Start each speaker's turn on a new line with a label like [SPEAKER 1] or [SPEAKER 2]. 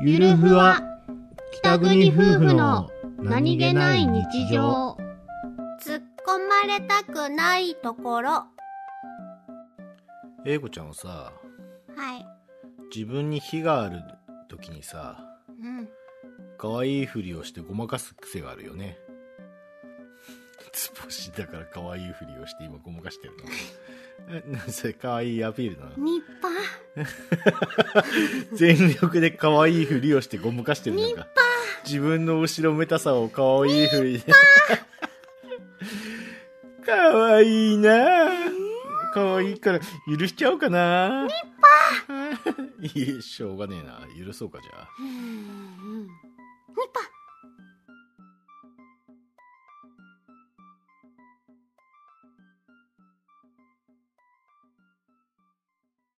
[SPEAKER 1] ゆるふわ北国夫婦の何気ない日常
[SPEAKER 2] 突っ込まれたくないところ。は
[SPEAKER 3] 英子ちゃんはさ
[SPEAKER 2] い。
[SPEAKER 3] 自分に非がある時にさ
[SPEAKER 2] うん。
[SPEAKER 3] 可愛いふりをしてごまかす癖があるよねつぼしだから可愛いふりをして今ごまかしてるのえなそれ可愛いアピールだな
[SPEAKER 2] ニッパ
[SPEAKER 3] 全力で可愛いふりをしてごまかしてるのか自分の後ろめたさを可愛いふりで可愛いなあ可愛いから許しちゃおうかなニ ッパいいえしょうがねえな許そうかじゃあ
[SPEAKER 2] ー。ニッパ